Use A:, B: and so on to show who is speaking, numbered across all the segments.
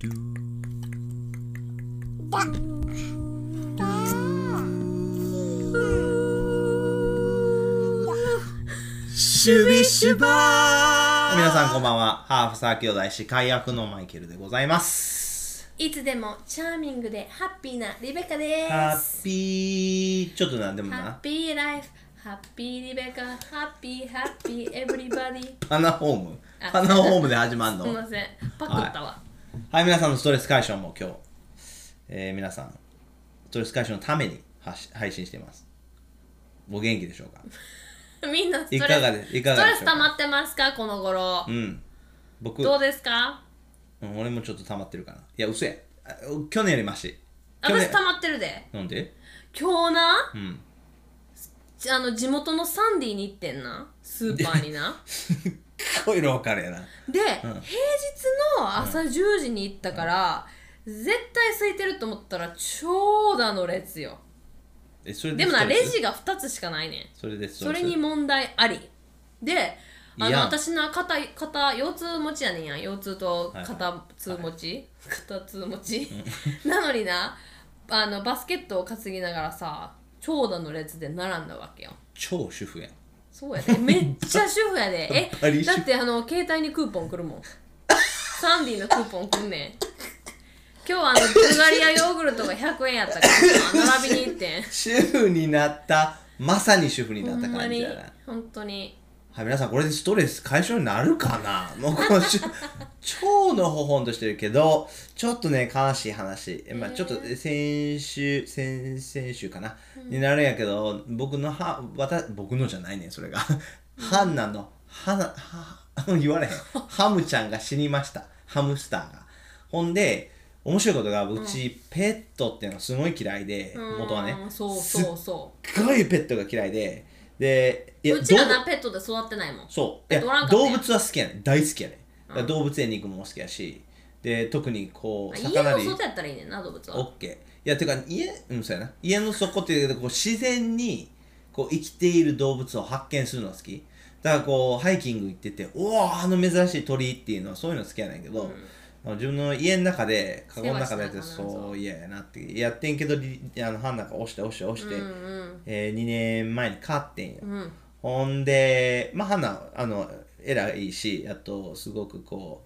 A: ドゥ
B: だだ
A: シュビシュバー皆さんこんばんは。ハーフサー兄弟司会役のマイケルでございます。
C: いつでもチャーミングでハッピーなリベカで
A: ハ
C: す。
A: ッピー。ちょっとなんでも
C: ハッ
A: な。
C: ピーライフ、ハッピーリベカ、ハッピーハッピーエブリバディ。
A: 花ホーム。
C: あ
A: 花ホームで始まるの
C: すい。ません、パクったわ。
A: はい、皆さんのストレス解消も今日、えー皆さん、ストレス解消のために発し配信しています。お元気でしょうか
C: みんなストレ
A: い
C: ス
A: かがでいか
C: スト
A: がでしょ
C: レス
A: うか
C: 溜まってますかこの頃
A: う。ん。僕、
C: どうですか
A: うん俺もちょっと溜まってるかな。いや、嘘や。あ去年よりマシ。去年
C: 私溜まってるで。
A: なんで
C: 今日な、
A: うん。
C: じあの地元のサンディに行ってんな。スーパーに な。
A: こういうの分かるやな。
C: で、平日の朝10時に行ったから、絶対空いてると思ったら長蛇の列よ。
A: え、それ
C: でもな
A: ストレ
C: レ
A: ス
C: ジが2つしかないねん
A: それでスト
C: そ
A: レス
C: れに問題ありであ
A: いや
C: の私の肩肩腰痛持ちやねんや腰痛と
A: はいはい
C: 肩痛持ち、肩痛持ち なのになあのバスケットを担ぎながらさ長蛇の列で並んだわけよ
A: 超主婦やん。
C: そうや でめっちゃ主婦やで
A: バリ
C: え
A: 主婦
C: だってあの携帯にクーポンくるもんサンディのクーポンくんねん今日はあのブルガリアヨーグルトが100円やったからさ並びに行ってん
A: 主婦になった、まさに主婦になっ
C: ほん
A: た
C: ま
A: 感じ
C: に
A: やな。
C: 本当に
A: はい、皆さんこれでストレス解消になるか なもう今週超のほほんとしてるけどちょっとね悲しい話、えまあ、ちょっと先週先先週かな、になるんやけど僕のはわた僕のじゃないねんそれがハンナのハナは 言われへんハムちゃんが死にましたハムスターがほんで面白いことがうち、ペットっていうのがすごい嫌いで元はね
C: うんそうそうそう
A: すっごいペットが嫌いででいや
C: うちら
A: ど
C: なペットで育ってないもん
A: そうい
C: ペ
A: や
C: ットおらんかったや
A: 動
C: ん
A: 物は好きやねん大好きやねんだから
C: うん
A: 動物園に行くのも好きやしで特にこう
C: 家
A: 魚
C: の
A: に
C: 外やったらいいねんな動物
A: オッ
C: は
A: ケーいやてか家うんそうやな家の底っていうけどこう自然にこう生きている動物を発見するのが好きだからこうハイキング行ってておおあの珍しい鳥っていうのはそういうの好きやねんけど、まあ自分の家の中でカゴの中でやって
C: 世話しなあかんな
A: そう嫌やなってやってんけどりあの半中押して押して押して、
C: うんうん
A: え2年前に飼ってんよ、
C: うん
A: ほんで、まあ、花あの偉いしあとすごくこ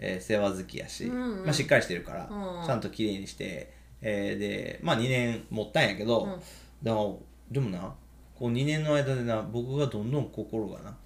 A: う、えー世話好きやし、
C: うんうん
A: まあ、しっかりしてるから、
C: うん
A: ちゃんと綺麗にして、えーでまあ2年持ったんやけど、
C: うん
A: だからでもなこう2年の間でな僕がどんどん心がな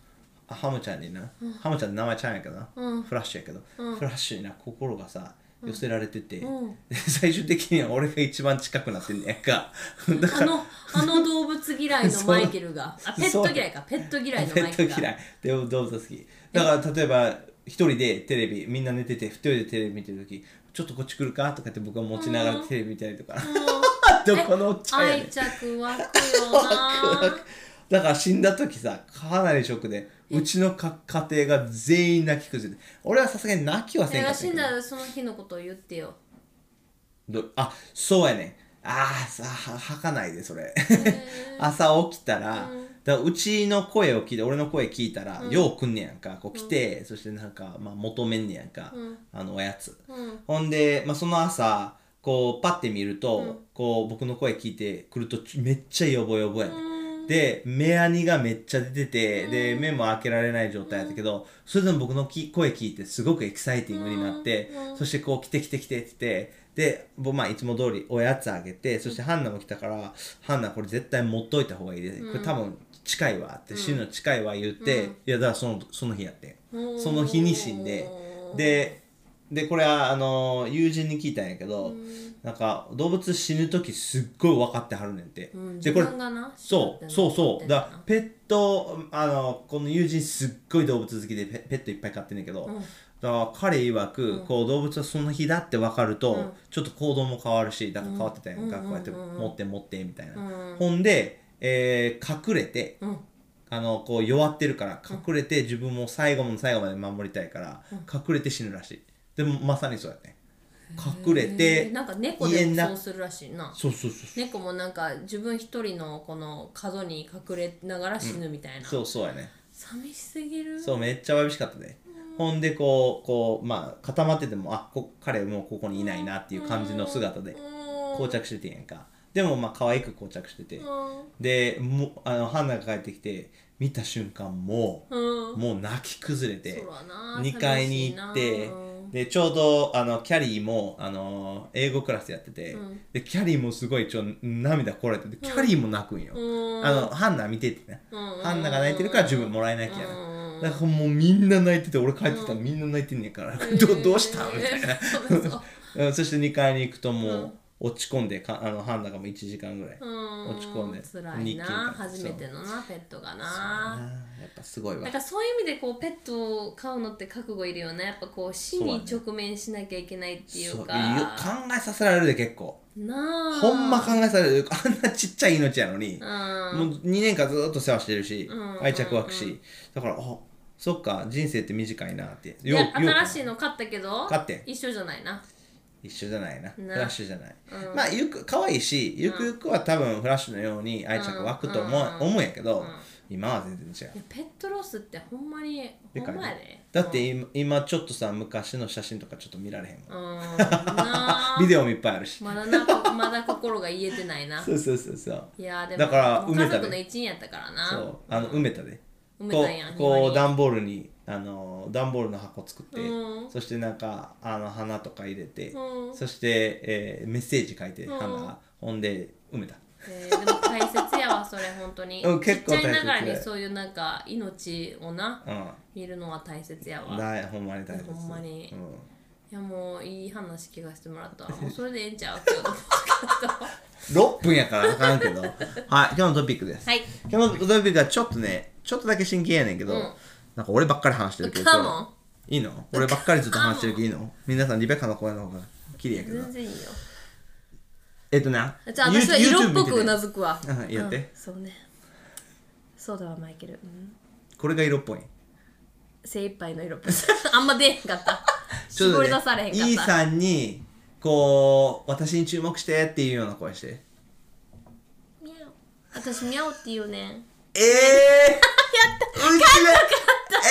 A: あハムちゃんにな、ハムちゃんって名前ちゃうんやけどな、
C: うん
A: フラッシュやけど、
C: うん
A: フラッシュにな心がさ寄せられてて、
C: うん
A: で最終的には俺が一番近くなってんねやんかだか
C: あ
A: ら
C: のあの動物 嫌いのマイケルがあペット嫌いかペット嫌いの
A: ペ
C: マイケ
A: ッ
C: ルが
A: ト嫌いでも動物好きだから例えば一人でテレビみんな寝てて一人でテレビ見てる時ちょっとこっち来るかとかって僕は持ちながらテレビ見たりと かどこのおっちゃんやね
C: 愛
A: ん
C: 着湧くよな
A: だから死んだ時さかなりショックでうちのか家庭が全員泣き崩れて俺はさすがに泣きはせん
C: 手
A: か
C: が
A: った
C: 死
A: け
C: ん
A: ど
C: だらその日のことを言っ てよ
A: どあそうやねんあーさははかないでそれ朝起きたら、うだからうちの声を聞いて俺の声聞いたら、よう来んねやんかこう来て、そしてなんか、まあ、求めんねやんか、あのおやつ、
C: うん
A: ほんで、まあ、その朝こうパッて見ると、こう僕の声聞いてくるとちめっちゃヨボヨボやねんで目やにがめっちゃ出てて、で目も開けられない状態やったけど、それでも僕のき声聞いてすごくエキサイティングになって、そしてこう来て来て来てって言ってで、ぼまあ、いつも通りおやつあげてそしてハンナも来たから、ハンナこれ絶対持っといた方がいいで、これ多分近いわって死ぬの近いわ言って、いやだからそのその日やってんその日に死んでででこれはあの友人に聞いたんやけど、なんか動物死ぬ時すっごい分かってはるねんて、
C: うん
A: でこれ
C: 時間がな
A: そうそうそうだから
C: な
A: ペットあのこの友人すっごい動物好きでペペットいっぱい飼ってんねんけど、だから彼曰く、こう動物はその日だって分かると、ちょっと行動も変わるしだから変わってたやんか、こうやって持って持ってみたいな、ほんで、えー隠れて、
C: うん
A: あのこう弱ってるから隠れて自分も最後の最後まで守りたいから、隠れて死ぬらしいでもまさにそうやね隠れ
C: え
A: て
C: ーなんか猫
A: 家
C: で
A: ん
C: も
A: 中
C: そうするらしいな
A: そうそうそうそう
C: 猫もなんか自分一人のこの角に隠れながら死ぬみたいな、
A: そうそうやね
C: 寂しすぎる
A: そうめっちゃ眩しかったねほんでこうこうまあ固まっててもあこ彼もうここにいないなっていう感じの姿で膠着しててんやんかでもまあ可愛く膠着しててでもうあのハンナが帰ってきて見た瞬間もうもう泣き崩れて2階に行ってでちょうどあのキャリーもあの英語クラスやってて、
C: うん
A: でキャリーもすごいちょ涙こらえててキャリーも泣くんよ、あのハンナ見ててね、ハンナが泣いてるから自分もらえないきゃ、
C: うん
A: だからもうみんな泣いてて俺帰ってきたら
C: うん
A: みんな泣いてんねんから、 どどうしたみたいな、 うんそして2階に行くともう落ち込んでかあのハンナがもう1時間ぐらい、
C: 落
A: ち込んで
C: 辛いな初めてのなペットがな
A: あーやっぱすごいわ
C: なんかそういう意味でこうペットを飼うのって覚悟いるよねやっぱこう死に直面しなきゃいけないっていうか
A: そういや考えさせられるで結構
C: なあ
A: ほんま考えさせられるあんなちっちゃい命やのに、
C: うん
A: もう2年間ずっと世話してるし、
C: うん
A: 愛着湧くし、だからあそっか人生って短いなって
C: いや
A: う
C: 新しいの買ったけど
A: 買って
C: 一緒じゃないな
A: 一緒じゃないな
C: な
A: フラッシュじゃない、
C: うん
A: まあゆく可愛いしゆくゆくは多分フラッシュのように愛着湧くと思う,、
C: うん
A: 思うんやけど、
C: うん
A: 今は全然違
C: いうやペットロスってほんまに
A: で
C: ほ
A: かい
C: ん
A: ね
C: まやで
A: だって今今ちょっとさ昔の写真とかちょっと見られへん
C: う
A: もん、
C: んなあ
A: ビデオもいっぱいあるし、
C: まだなこまだ心が癒えてないな
A: そうそうそうそう
C: いやーでも
A: だから
C: もう
A: 埋め
C: 家
A: たで
C: 族の一員やったからな
A: そうあの埋めたで、
C: 埋め
A: こ
C: たんや
A: うこう
C: 庭に
A: 段ボールにあの段ボールの箱作って、
C: うん
A: そしてなんかあの花とか入れて、
C: うん
A: そして、えーメッセージ書いて、
C: うん
A: 花がほんで埋めた
C: えーでも大切やわそれ本当に
A: うん結構
C: ちっちゃいなが
A: 大
C: ら
A: 切
C: に
A: だよ
C: そういうなんか命をな
A: う
C: 見るのは大切や
A: ん
C: わ
A: だいほんまに大切
C: ほんまに
A: うん、
C: いやもういい話聞かせても らったわもうそれでええんちゃう今日のポッドキャスト
A: 6分やからあかんけ どはい今日のトピックです、
C: はい
A: 今日のトピックはちょっとねちょっとだけ真剣やねんけど、
C: うん
A: なんか俺ばっかり話してるけど
C: カモン
A: いいの俺ばっかりずっと話してるけどいいの皆さんリベカの声の方が綺麗やけど
C: 全然いいよ
A: えっとな
C: じゃあ私は
A: You-
C: 色
A: YouTube
C: っ
A: 見
C: ぽ
A: て
C: く
A: て
C: うなずくわ
A: うんやって
C: うんそうねそうだわマイケル、うん、
A: これが色っぽい
C: 精一杯の色っぽい あんま出えへんかった
A: ちょっと
C: 絞
A: ね
C: り出されへんかった
A: E さんにこう私に注目してっていうような声して
C: ミャオ私ミャオって言うね
A: ええー、やった後ろえ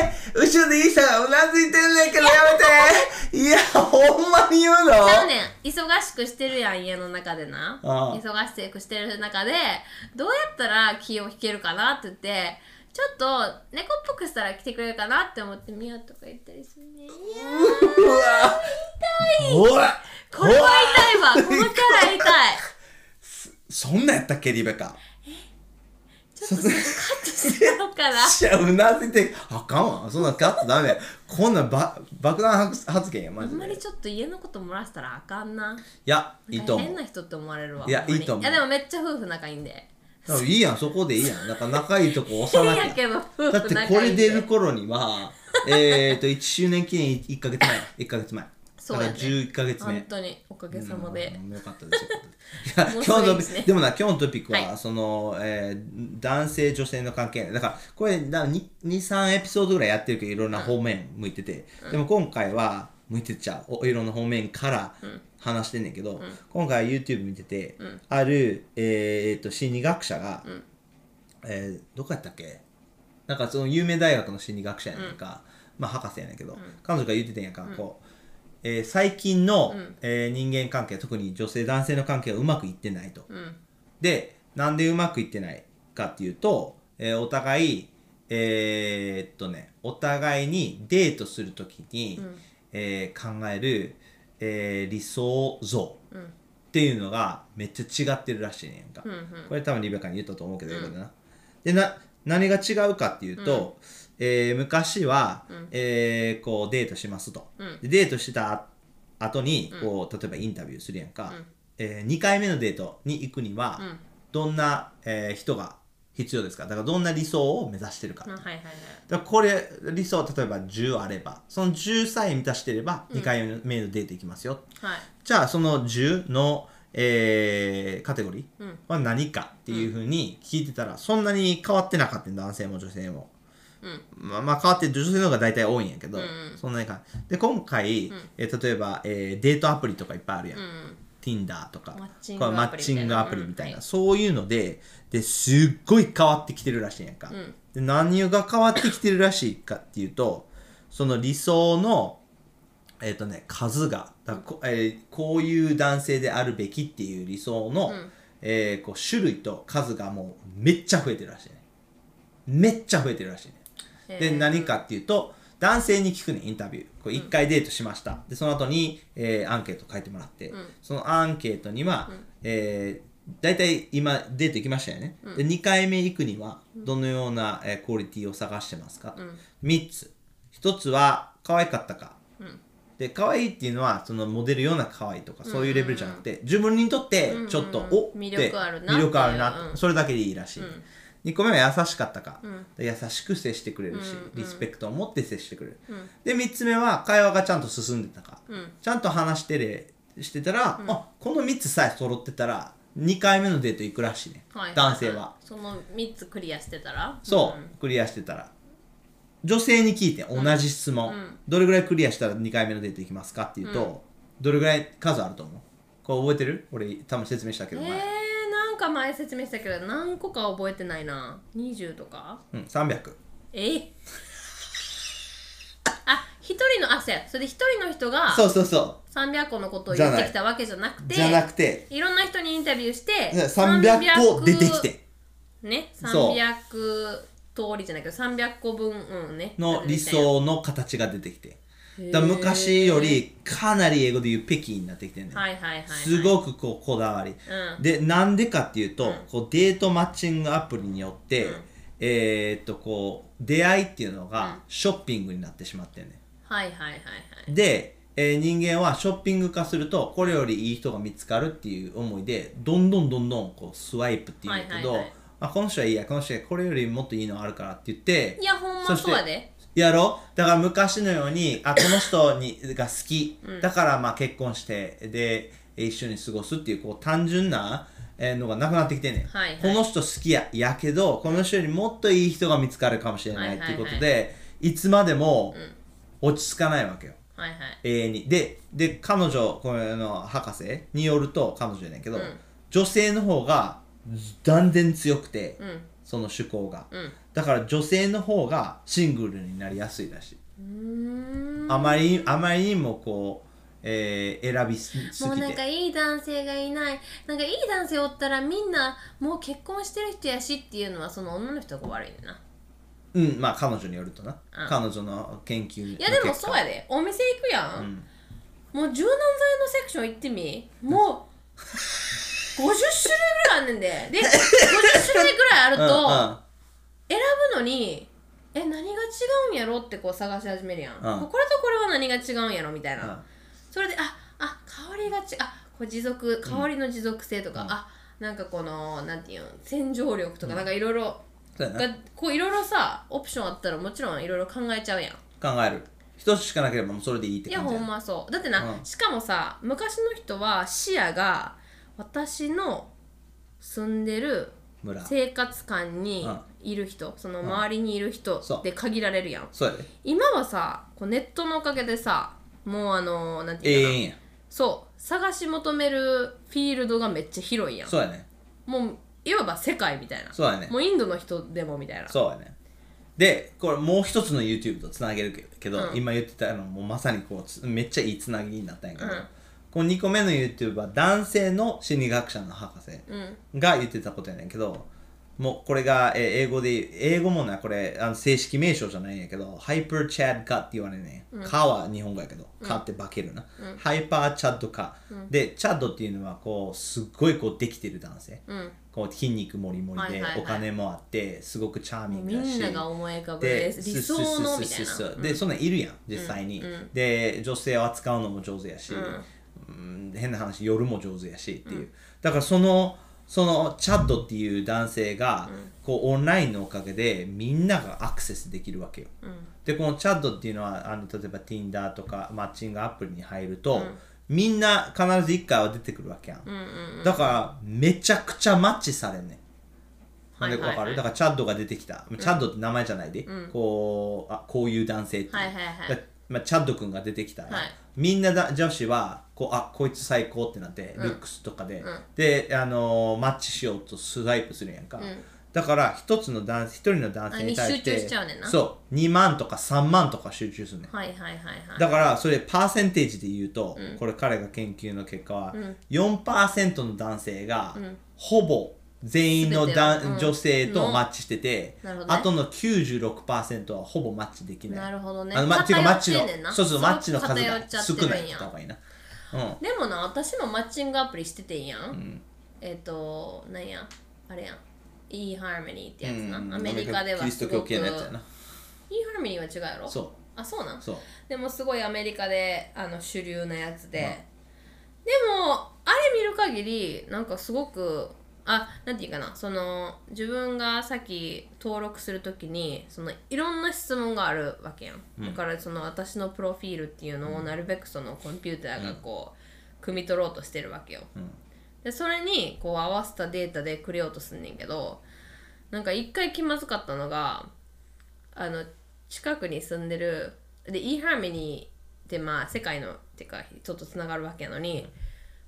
A: えー、後ろで E さんがうなずいてんねんけどやめ ていやほんまに言うの
C: ちゃうねん忙しくしてるやん家の中でな
A: ああ
C: 忙しくしてる中でどうやったら気を引けるかなって言ってちょっと猫っぽくしたら来てくれるかなって思ってミャオとか言ったりするねいやー
A: うわおい
C: これは痛いわこのキャラ 痛い
A: そんなんやったっけリベカ
C: ちょっとそこカットしようかな
A: しゃうなずいてあかんわそんなんカットダメこんなんば爆弾発発言や
C: あ
A: マ
C: ん
A: ジ
C: ま
A: でい
C: りちょっと家のこと漏らしたらあかんな。
A: やいいと思
C: 変
A: う
C: な人って思われるわ。
A: いや
C: ほんまに
A: いいと思う
C: やでもめっちゃ夫婦仲いいんで。
A: だからいいやんそこでいいやんなんか仲いいとこ押さなき
C: い
A: ゃ
C: やけど夫
A: だって
C: 婦仲いいん
A: これ
C: で。
A: 出る頃にはえっと1周年記念1ヶ月前1ヶ月前
C: そうやね
A: だから11ヶ月目
C: 本当におかげさまで。
A: うんよかったですよかったですいや
C: も
A: 今
C: う
A: 日
C: すで
A: のトピ
C: にですね
A: でもな今日のトピックは、
C: はい
A: その、えー男性女性の関係だからこれ23エピソードぐらいやってるけどいろんな方面向いてて、でも今回は向いてっちゃうおいろんな方面から話してんねんけど、今回 YouTube 見てて、ある、えーっと心理学者が、えーどこやったっけなんかその有名大学の心理学者やねんか、まあ博士やねんけど、彼女が言ってたんやんか、こう、えー最近の、えー人間関係特に女性男性の関係がうまくいってないと、
C: ん
A: でなんでうまくいってないかっていうと、えーお互いえーっとねお互いにデートするときに、えー考える、えー理想像っていうのがめっちゃ違ってるらしいねんか、これ多分リベカに言ったと思うけど、英語でなでな何が違うかっていうと、えー昔は、えーこうデートしますと、
C: うん
A: でデートした後にこう、例えばインタビューするやんか、え2回目のデートに行くには、
C: ん
A: どんな、えー人が必要ですかだからどんな理想を目指してるか、
C: うん
A: だか
C: はいはいはい。
A: らこれ理想例えば10あればその10さえ満たしてれば2回目のデート行きますよ、
C: はい。
A: じゃあその10の、えーカテゴリーは何かっていうふうに聞いてたら、そんなに変わってなかったん男性も女性も、まあまあ変わってる女性の方が大体多いんやけど、そんなに変わで今回、えー例えば、えーデートアプリとかいっぱいあるやん、Tinder とか
C: マッチン
A: こ
C: グ
A: れマ
C: ア
A: ッ
C: プリみたいな
A: チングアプリみたいな、
C: うんは
A: そういうのでですっごい変わってきてるらしいんやんか、で何が変わってきてるらしいかっていうとその理想の、えっ、とね、数が、だこ,、えーこういう男性であるべきっていう理想の、
C: うん
A: えーこう種類と数がもうめっちゃ増えてるらしいね。めっちゃ増えてるらしいね。で、何かっていうと、男性に聞くね、インタビュー。こう1回デートしました。で、その後に、えーアンケート書いてもらって、
C: うん
A: そのアンケートには、
C: ん
A: えー大体今デート行きましたよね。で、2回目行くには、どのような、えークオリティを探してますか、
C: ん
A: 3つ。1つは、可愛かったか。
C: ん
A: で、可愛いっていうのは、そのモデルような可愛いとか、そういうレベルじゃなくて、自分にとって
C: うんうん、
A: ちょっと、おって
C: 魅力あるな
A: 魅力あるな
C: っていううん
A: それだけでいいらしい。
C: ん
A: 2個目は優しかったか、
C: ん
A: 優しく接してくれるし、
C: うんうん
A: リスペクトを持って接してくれる、
C: うん
A: で3つ目は会話がちゃんと進んでたか、
C: うん
A: ちゃんと話してれしてたら、あこの3つさえ揃ってたら2回目のデート行くらしいね、
C: はい
A: 男性は、
C: その3つクリアしてたら
A: そう、クリアしてたら女性に聞いて同じ質問、
C: うん
A: どれぐらいクリアしたら2回目のデート行きますかっていうと、どれぐらい数あると思うこれ覚えてる俺多分説明したけ
C: うん
A: ど
C: えー
A: 前、
C: なんか前説明したけど何個か覚えてないな20とか
A: うん300
C: えあ一人のあそうやそれで一人の人が
A: そうそうそ
C: 300個のことを言ってきたわけじゃなく
A: う
C: て
A: じゃなくて
C: いろんな人にインタビューして
A: 300個出てきて
C: ね
A: そう
C: 300通りじゃないけど300個分、うんね、
A: の理想の形が出てきて
C: へー
A: だから昔よりかなり英語で言う北京になってきてるね、
C: はいはいはい、はい、
A: すごくこうこだわり、
C: うん
A: でなんでかっていうと、
C: ん
A: こうデートマッチングアプリによって、
C: うん
A: えーっとこう出会いっていうの
C: うん
A: がショッピングになってしまってるね
C: はいはいはいはい
A: で、えー人間はショッピング化するとこれよりいい人が見つかるっていう思いでどんどんどんどんこうスワイプっていうんだけど、
C: はいはいはい
A: あこの人はいいやこの人はこれよりもっといいのあるからって言って
C: いやほんまそうやで
A: やろだから昔のようにあこの人にが好きだからまあ結婚してで一緒に過ごすっていうこう単純なえーのがなくなってきてんねん、
C: はいはい
A: この人好きややけどこの人よりもっといい人が見つかるかもしれないっていうことで、いつまでも落ち着かないわけよ
C: はいはい
A: 永遠にでで彼女これの博士によると彼女じゃないけど、
C: うん
A: 女性の方が断然強くて、
C: うん
A: その趣向が、
C: うん
A: だから女性の方がシングルになりやすいらしい、
C: うーん
A: あまりあまりにもこう、えー選びす
C: もう
A: ぎ
C: なんか
A: て
C: いい男性がいないなんかいい男性おったらみんなもう結婚してる人やしっていうのはその女の人が悪いねんな
A: うんまあ彼女によるとな、
C: うん
A: 彼女の研究の
C: いやでも
A: 結果
C: そうやでお店行くやん、
A: ん
C: もう柔軟剤のセクション行ってみも う50種類ぐらいあんねんでで50種類ぐらいある
A: うん
C: と選ぶのにえ何が違うんやろってこう探し始めるやん、
A: うん
C: これとこれは何が違うんやろみたいな、
A: うんうん
C: それでああ香りがちあこれ持続香りの持続性とか、
A: うん
C: あなんかこのなんていうの洗浄力とか、なんかいろいろ
A: そうやな
C: がこういろいろさオプションあったらもちろんいろいろ考えちゃうやん
A: 考える一つしかなければもうそれでいいって
C: いや
A: 感じ
C: ほ
A: や
C: んまそうだってな、
A: うん
C: しかもさ昔の人は視野が私の住んでる
A: 村
C: 生活感にいる人、その周りにいる人
A: そう
C: で限られるやん、
A: そうやで
C: 今はさこうネットのおかげでさもうあのなんてい
A: 永
C: うかな、
A: 遠や
C: そう探し求めるフィールドがめっちゃ広いやん
A: そうやね
C: もういわば世界みたいな
A: そうやね
C: もうインドの人でもみたいな
A: そうやねでこれもう一つの YouTube とつなげるけど、
C: うん
A: 今言ってたのもまさにこうつめっちゃいいつなぎになったんやけど、
C: うん
A: この2個目の YouTube は男性の心理学者の博士
C: うん
A: が言ってたことやねんけどもうこれが、えー英語で英語もなこれあの正式名称じゃないんやけどハイパーチャッド化って言われるね、ん、化は日本語やけど化って化けるな、ハイパーチャッド化、でチャッドっていうのはこうすっごいこうできてる男性、
C: うん
A: こう筋肉もりもり
C: はい
A: で
C: はいはい
A: お金もあってすごくチャーミング
C: み
A: だし
C: んなが思い浮かぶ理想のみたい
A: すすすすす
C: な
A: でそんなんいるやん実際に、
C: うん
A: で女性を扱うのも上手やし、うん変な話夜も上手やしっていう、だからそのそのチャッドっていう男性が、こうオンラインのおかげでみんながアクセスできるわけよ、でこのチャッドっていうのはあの例えば Tinder とかマッチングアプリに入ると、みんな必ず1回は出てくるわけやん、だからめちゃくちゃマッチされんねんなんで
C: はいは
A: わ
C: いは
A: か
C: い
A: るだからチャッドが出てきた、チャッドって名前じゃないで、こうあこういう男性っていう、
C: はいはいはい
A: だまあ、チャッド君が出てきたら、
C: はい
A: みんなだ女子はこうあこいつ最高ってなって、ルックスとかで、
C: ん
A: で、あのーマッチしようとスワイプするやんか、だから一つの男一人の男性に対して
C: あに集中しちゃうねんな
A: そう2万とか3万とか集中するねん
C: はいはいはいはい
A: だからそれパーセンテージで言うと、これ彼が研究の結果は、4%の男性が、ほぼ全員の
C: 全てはう
A: 男
C: ん
A: 女性とマッチしてて、
C: なるほどね
A: あとの96%はほぼマッチできない。
C: なるほどね
A: あのま、ていうかマッチ
C: 偏ってんねん
A: の
C: な
A: そうそうマッチの数
C: 偏っ
A: が
C: ちゃって
A: 少
C: るんや
A: ないって言った方がいいな。うん、
C: でもな私もマッチングアプリしててんやん、えっ、となんやあれやん eHarmony ってやつな、
A: うん
C: アメリカでは
A: キリスト教系のやつや
C: eHarmony
A: な。
C: は違うやろ
A: そう
C: あそうなん
A: そう。
C: でもすごいアメリカであの主流なやつで、でもあれ見る限りなんかすごくあなんていうかなその自分がさっき登録するときにそのいろんな質問があるわけやん、だからその私のプロフィールっていうのをなるべくそのコンピューターがこう、汲み取ろうとしてるわけよ、でそれにこう合わせたデータでくれようとすんねんけどなんか一回気まずかったのがあの近くに住んでるで e ハーメニーってまあ世界のてか人とつながるわけやのに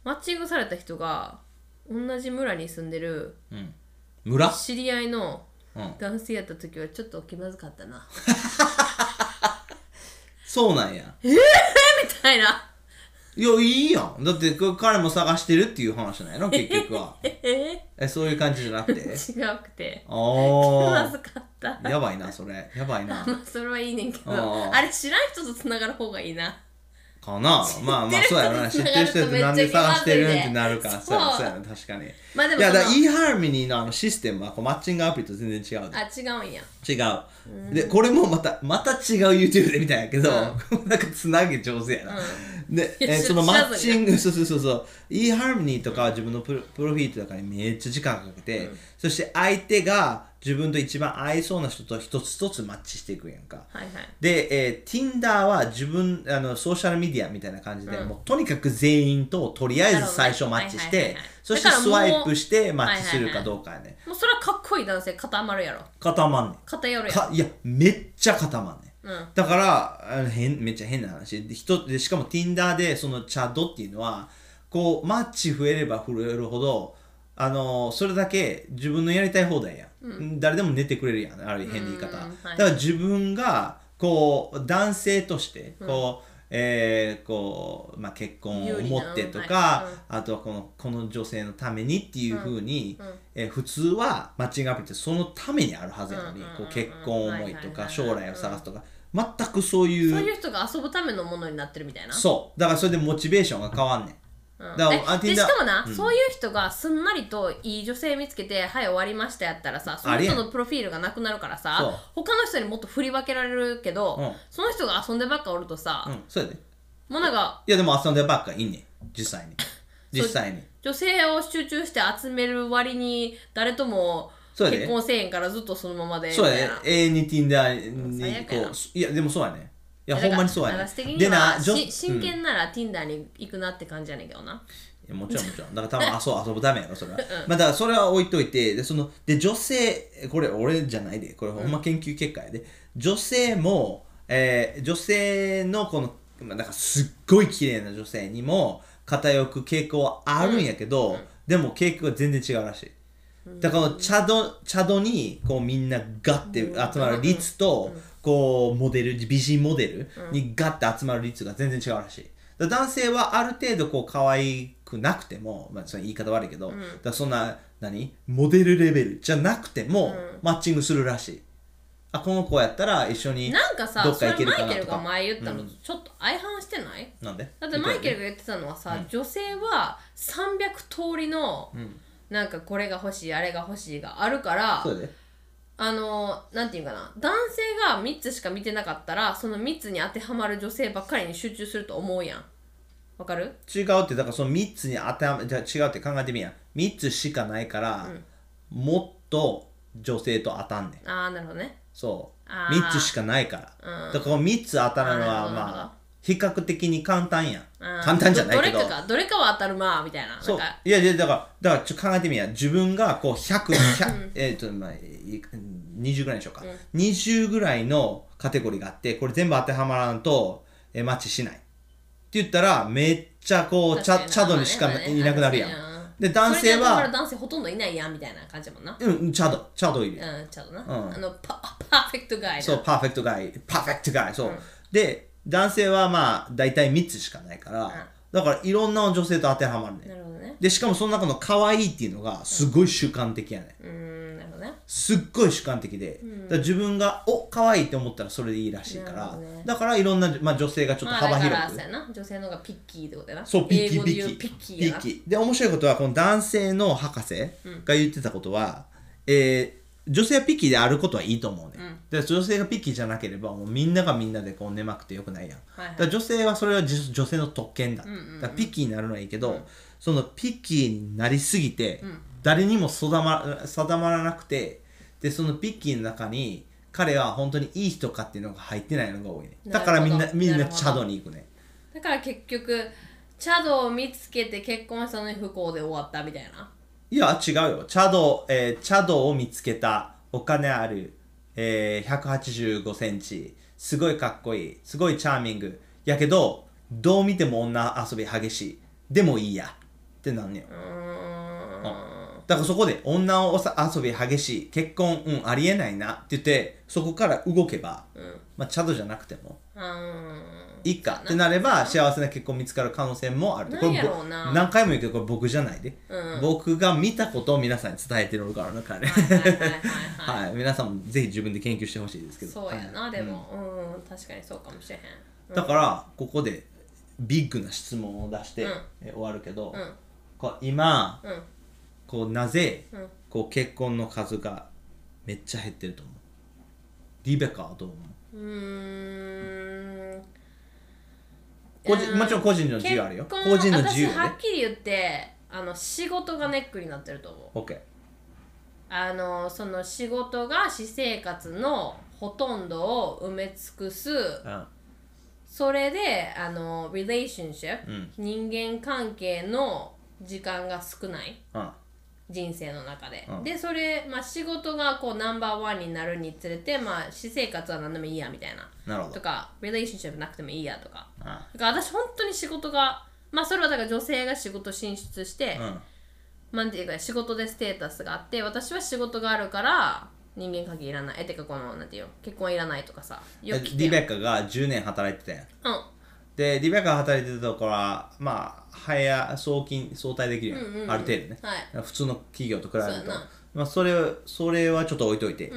C: マッチングされた人が同じ村に住んでる
A: 村
C: 知り合いの
A: うん
C: 男性やった時はちょっと気まずかったな
A: そうなんや。
C: みたいない
A: や、いいやん。だってこ彼も探してるっていう話なんやろ、結局 は。え、そういう感じじゃなくて。
C: 違うくて
A: あ
C: 気ま
A: ー
C: ずかった
A: やばいな、それ。やばい な。
C: まあそれはいいねんけど
A: あ
C: あ
A: あ
C: れ知らん人とつながる方がいいな
A: かなまあまあ、そうやろな。知っ
C: 知ってて
A: る人
C: る人
A: ってなんで探してるんってなるから、そ
C: そうう
A: やろ、そうやろ、確かに。
C: まあでも
A: いや、だから
C: その
A: eHarmony のあのシステムはこうマッチングアプリと全然違うで。
C: あ違うんや
A: 違う。で、これもまた、また違う YouTube で見たんやけど、なんかつなげ上手やな。で、え
C: いや
A: ー
C: 知
A: そのマ
C: 知らずに
A: ッチング、そうそうそうそう、eHarmony とかは自分のプロプロフィールとかにめっちゃ時間かけて、そして相手が自分と一番合いそうな人と一つ一つマッチしていくやんか。
C: はいはい
A: で、えー、Tinder は自分あのソーシャルメディアみたいな感じで、もうとにかく全員ととりあえず最初マッチし
C: なるほ
A: て
C: どねはいはいはいはい
A: そして
C: だから
A: ス
C: もう
A: ワイプしてマッチするかどうかやね、
C: もうそれはかっこいい男性固まるやろ
A: 固まんね
C: 偏
A: ん
C: るやろ
A: かいやめっちゃ固まんねん
C: うん
A: だからあの変めっちゃ変な話で人でしかも Tinder でそのチャドっていうのはこうマッチ増えれば増えるほどあのそれだけ自分のやりたい放題やん、誰でも寝てくれるやんある意味変な言い方、
C: うんはい
A: だから自分がこう男性としてこう、えーこうまあ、結婚を思ってと
C: 有利な
A: か
C: はい、
A: あとはこのこの女性のためにっていうふうに、えー普通はマッチングアプリってそのためにあるはずやのに、
C: うんうんうん
A: こう結婚を思いとか
C: はいはいはい
A: 将来を探すとか、全くそういう
C: そういう人が遊ぶためのものになってるみたいな
A: そうだからそれでモチベーションが変わんねん、
C: うん
A: だから
C: え
A: あ
C: で
A: Tinder
C: しかもな、そういう人がすんなりといい女性見つけて「はい終わりました」やったらさそ
A: あ
C: の
A: りえん
C: 人のプロフィールがなくなるから
A: そう
C: さ他の人にもっと振り分けられるけど、
A: うん
C: その人が遊んでばっかおるとさ、
A: うん、そうやで
C: もうなんか
A: いやでも遊んでばっかいいねん実際に実際に
C: 女性を集中して集める割に誰とも
A: そうやで
C: 結婚せえへんからずっとそのままでみ
A: そう
C: た
A: や
C: い
A: ね
C: な。
A: 永遠に Tinder
C: 最
A: に
C: 悪やな
A: こういやでもそうやねいやほ
C: だから
A: んまにそうやね
C: 私的に
A: でな
C: は
A: 女
C: し真
A: うんい
C: 剣なら Tinder に行くなって感じやねんけどな。
A: やもちろんもちろんだ から多分あそう遊ぶためやろそれは、まあだからそれは置いといてでそので女性これ俺じゃないでこれほんま研究結果やで、女性も、えー女性のこのまあだからすっごい綺麗な女性にも偏く傾向はあるんやけど、でも傾向は全然違うらしいだからこの茶道茶道にこうみんなガッて集まる率とこうモデル美人モデルにガッて集まる率が全然違うらしいだから男性はある程度こう可愛くなくても、まあ、その言い方悪いけど、だからそんな何モデルレベルじゃなくてもマッチングするらしいあこの子やったら一緒に
C: なんかさ、
A: どっ
C: そ
A: か
C: れ
A: 行ける
C: マ
A: か
C: イ
A: な
C: ケル
A: と
C: が
A: か
C: 前言ったのとちょっと相反してない、
A: なんで
C: だってマイケルが言ってたのはさ、女性は300通りの、なんかこれが欲しいあれが欲しいがあるから
A: そうやで
C: あのなんていうかな男性が3つしか見てなかったらその3つに当てはまる女性ばっかりに集中すると思うやんわかる
A: 違うってだからその3つに当てはめじゃあ違うって考えてみや3つしかないから、もっと女性と当たんねん
C: ああなるほどね
A: そう
C: あー
A: 3つしかないから、だから3つ当たるのは
C: あーなるほどなる
A: ま
C: ほど
A: あ比較的に簡単やん
C: あー
A: 簡単じゃないけど
C: どれかがどれかは当たるまあみたいな
A: そう
C: なんか
A: いやいやだからだからちょっと考えてみや自分がこう100 100 えっとまあい20ぐらいでしょうか、20ぐらいのカテゴリーがあってこれ全部当てはまらんとえマッチしないって言ったらめっちゃこうチ
C: 確か
A: ャ
C: に
A: チャドにしか
C: まあね
A: いなくなるやん、
C: まあね
A: で男性
C: それで頭の
A: は
C: 男性ほとんどいないやんみたいな感じやもんな
A: うんチャドチャドいる、
C: うんちょっとな、
A: うん
C: あのパパーフェクトガイな
A: そうパーフェクトガイパーフェクトガイそう、
C: うん
A: で男性はまあ大体3つしかないから、
C: ん
A: だからいろんな女性と当てはまるね
C: なるほどね
A: でしかもその中の可愛いっていうのがすごい主観的やね、
C: うーんなるほどね
A: すっごい主観的で、だから自分がお可愛いって思ったらそれでいいらしいか
C: なる
A: ら、
C: ほどね
A: だからいろんな、まあ、女性がちょっと
C: まあ
A: 幅
C: だから
A: 広
C: そ
A: く、
C: うやな女性の方がピッキーってことやな
A: そうピッキー
C: 英語
A: ピ
C: で
A: ッキ
C: 言う
A: ー
C: ピッキーやな
A: ーで面白いことはこの男性の博士が言ってたことは、えー女性はピッキーであることはいいと思うね、で女性がピッキーじゃなければもうみんながみんなでこう根まくてよくないやん、
C: はいはい
A: だから女性はそれはじ女性の特権だ,、だからピッキーになるのはいいけど、そのピッキーになりすぎて、誰にも定ま定まらなくてでそのピッキーの中に彼は本当にいい人かっていうのが入ってないのが多いねだからみん
C: な
A: な
C: るほど
A: みん
C: な
A: な
C: るほど
A: チャドに行くね
C: だから結局チャドを見つけて結婚したのに不幸で終わったみたいない
A: や違うよチャド、えーチャドを見つけたお金ある、えー、185センチすごいかっこいいすごいチャーミングやけどどう見ても女遊び激しいでもいいやってなんねよ、
C: うーん
A: だからそこで女をさ遊び激しい結婚うんありえないなって言ってそこから動けば、まあ、チャドじゃなくても
C: うーん
A: いいかってなれば幸せな結婚見つかる可能性もある
C: なんやろうな
A: これぼ何回も言うけどこれ僕じゃないで、
C: うん
A: 僕が見たことを皆さんに伝えてるからな彼
C: はいはいはいはい
A: はい、皆さんもぜひ自分で研究してほしいですけど
C: そうやな、
A: はい
C: でもうん、確かにそうかもしれへん
A: うんだからここでビッグな質問を出して、
C: うん
A: え終わるけど、
C: うん
A: こう今
C: うん
A: こうなぜ、
C: うん
A: こう結婚の数がめっちゃ減ってると思うリベカはどう思う
C: うーん
A: 個人
C: うん
A: もちろん個人の自由あるよ個人の自由
C: 私は
A: ね
C: っきり言ってあの仕事がネックになってると思う
A: OK
C: あのその仕事が私生活のほとんどを埋め尽くす
A: うん
C: それであの relationship、
A: うん
C: 人間関係の時間が少ない
A: うん
C: 人生の中で、
A: うん
C: でそれ、まあ、仕事がこうナンバーワンになるにつれて、まあ、私生活は何でもいいやみたいな
A: なるほ
C: と
A: ど
C: か relationship なくてもいいやとか
A: あ
C: だから私本当に仕事がまあそれはだから女性が仕事進出して、
A: うん
C: まあなんていうか仕事でステータスがあって私は仕事があるから人間関係いらないえてかこのなんていうの結婚はいらないとかさよく聞く
A: リ
C: やん
A: ベカが10年働いてたやん
C: うん
A: でリベカが働いてたところはまあ早送金相対できるやん,、
C: うんうんうん
A: ある程度ね、
C: は
A: 普通の企業と比べる
C: そう
A: と
C: やな
A: まあ、それそれはちょっと置いといて、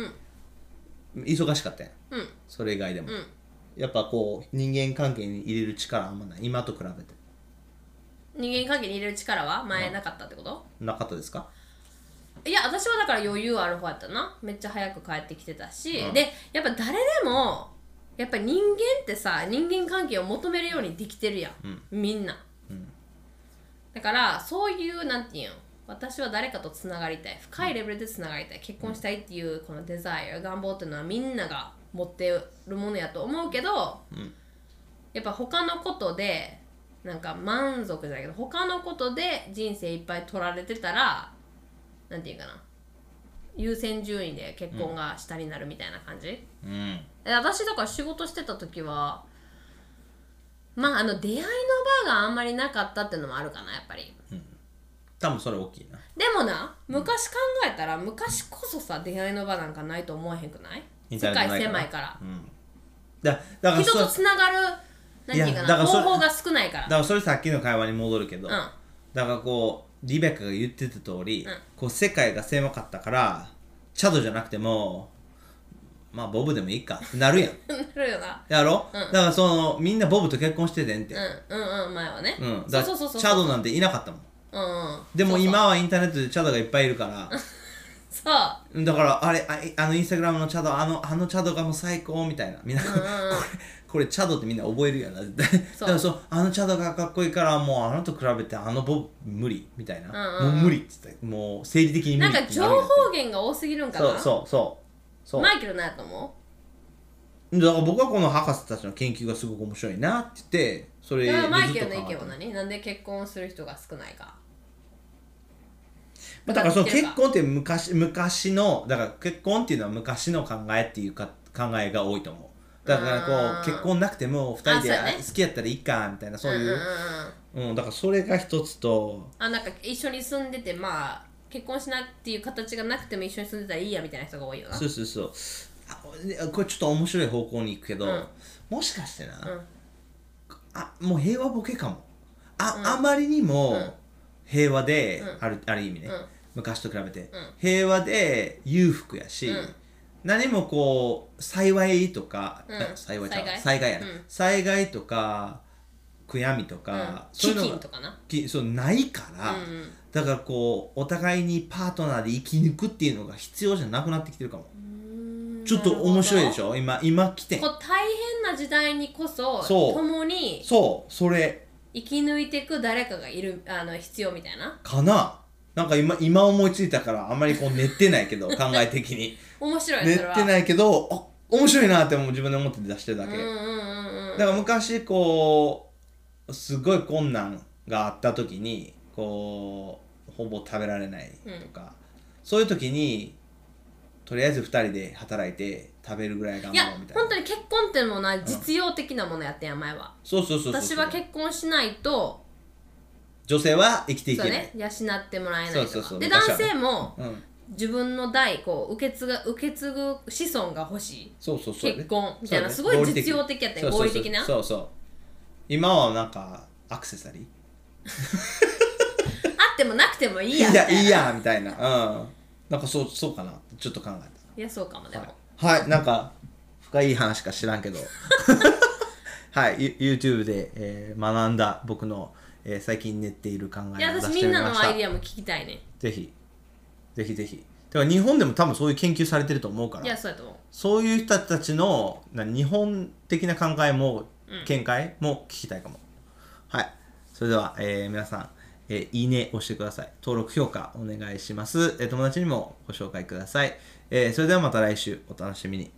A: 忙しかったやん
C: うん
A: それ以外でも、
C: ん
A: やっぱこう人間関係に入れる力あんまない今と比べて
C: 人間関係に入れる力は前なかったってこと、
A: なかったですか
C: いや私はだから余裕ある方やったなめっちゃ早く帰ってきてたし、でやっぱ誰でもやっぱ人間ってさ人間関係を求めるようにできてるやん、みんな、だからそういうなんていうん私は誰かとつながりたい深いレベルでつながりたい結婚したいっていうこのデザイア願望っていうのはみんなが持ってるものやと思うけど、やっぱ他のことでなんか満足じゃないけど他のことで人生いっぱい取られてたらなんていうかな優先順位で結婚が下になるみたいな感じ、
A: うん
C: え私だから仕事してた時はまああの出会いの場があんまりなかったっていうのもあるかなやっぱり
A: 多分それ大きいな
C: でもな昔考えたら昔こそさ出会いの場なんかないと思えへんくない
A: インタ
C: 世
A: ーネット
C: 界
A: ないから
C: 狭いから、
A: だだから
C: 人
A: そ
C: とつながる何ていうか
A: いやだ
C: な
A: からそ
C: 方
A: れ
C: 法が少ないから
A: だからそれさっきの会話に戻るけど、
C: うん
A: だからこうリベッカが言ってた通り、
C: うん
A: こう世界が狭かったからチャドじゃなくてもまあボブでもいいかってなるやん
C: なるよな
A: やろ、だからそのみんなボブと結婚しててんって、
C: うんうんうん前はね、
A: うん
C: そ
A: だ
C: う
A: か
C: そ
A: ら
C: うそうそう
A: チャドなんていなかったもん
C: うんうん
A: でも
C: そうそう
A: 今はインターネットでチャドがいっぱいいるから
C: そう
A: だからあれああのインスタグラムのチャドあのあのチャドがもう最高みたいなみんな、これこれチャドってみんな覚えるよな絶対だ
C: そう
A: からそうあのチャドがかっこいいからもうあのと比べてあのボブ無理みたいな、
C: うんうんうん
A: もう無理っつってもう生理的に無
C: な
A: 理
C: ん
A: って
C: か
A: る
C: 情
A: や
C: 報
A: つ
C: 源が多すぎるんかな
A: そうそうそうそう
C: マイケルなんやと思
A: だから僕はこの博士たちの研究がすごく面白いなって言ってそれ
C: う、
A: で
C: だからマイ
A: ず
C: ケ
A: っ
C: ル
A: と
C: の意見
A: 考
C: は
A: えて
C: 何なんで結婚する人が少ないか
A: まあだからその
C: っていうか
A: 結婚って昔昔のだから結婚っていうのは昔の考えっていうか考えが多いと思うだからこ
C: あー
A: う結婚なくても2人で
C: あそうやね
A: あ好きやったらいいかみたいなそういううん
C: んん、ん
A: うん、だからそれが一つと
C: あなんか一緒に住んでてまあ結婚しないっていう形がなくても一緒に住んでたらいいやみたいな人が多いよな
A: そうそうそうあでこれちょっと面白い方向に行くけど、
C: うん
A: もしかしてな、
C: うん
A: あもう平和ボケかもあ,、あまりにも平和で、
C: うん
A: あるある意味ね、
C: うん
A: 昔と比べて、
C: ん
A: 平和で裕福やし、
C: うん
A: 何もこう幸いとか、
C: うん
A: あ幸いちゃう
C: 災害
A: 災災害やな、
C: うん
A: 災害とか悔やみと
C: うん
A: か、
C: 基
A: いうの
C: 金
A: が
C: とかな
A: きそうないから、
C: うんうん
A: だからこうお互いにパートナーで生き抜くっていうのが必要じゃなくなってきてるかも、ちょっと面白いでし
C: ょ
A: ょ今今来てん
C: こう大変な時代にこそ
A: そう
C: 共に
A: そうそれ
C: 生き抜いていく誰かがいるあの必要みたいな
A: かななんか今今思いついたからあんまりこう練ってないけ ど考え的に
C: 面白い
A: 練
C: ね
A: っ
C: それは
A: てないけどあ面白いなってもう自分で思って出してるだ
C: うん
A: け、
C: うんうんうん
A: だから昔こうすごい困難があった時にこうほぼ食べられないとか、そういう時にとりあえず2人で働いて食べるぐらい頑
C: いや
A: 張ろうみたいな
C: 本当に結婚ってもな実用的なものやってんや前は
A: そうそうそうそう
C: 私は結婚しないと
A: 女性は生きていけ
C: そう
A: ない
C: ね養ってもらえない
A: そう
C: と
A: そうそ
C: か
A: う
C: で男
A: 昔はね
C: 性も
A: うん、
C: 自分の代こう受け継が受け継ぐ子孫が欲しい
A: そうそうそうやね、
C: 結婚みたいな、す
A: そう
C: ご
A: やね
C: い実用的やったよ合理的な
A: そうそうそうそう今はなんかアクセサリー
C: あってもなくてもい
A: い
C: いやみたいない
A: いやみたいなうんなんかそうそうかなってちょっと考え
C: いやそうかもで
A: た
C: も、
A: はい、はい、なんか深い話か知らんけ どはいユ YouTube で、えー学んだ僕の、えー最近練っている考えを
C: いや私
A: 出し
C: み
A: て
C: ん
A: み
C: な
A: ま
C: の
A: した
C: アイディアも聞きたいね
A: ぜひぜひぜひでも日本でも多分そういう研究されてると思うから
C: いやそうやと思う
A: そういう人たちのな日本的な考えも、見解も聞きたいかも。はい。それでは、えー皆さん、えーいいね押してください。登録、評価お願いします。えー友達にもご紹介ください。えーそれではまた来週お楽しみに。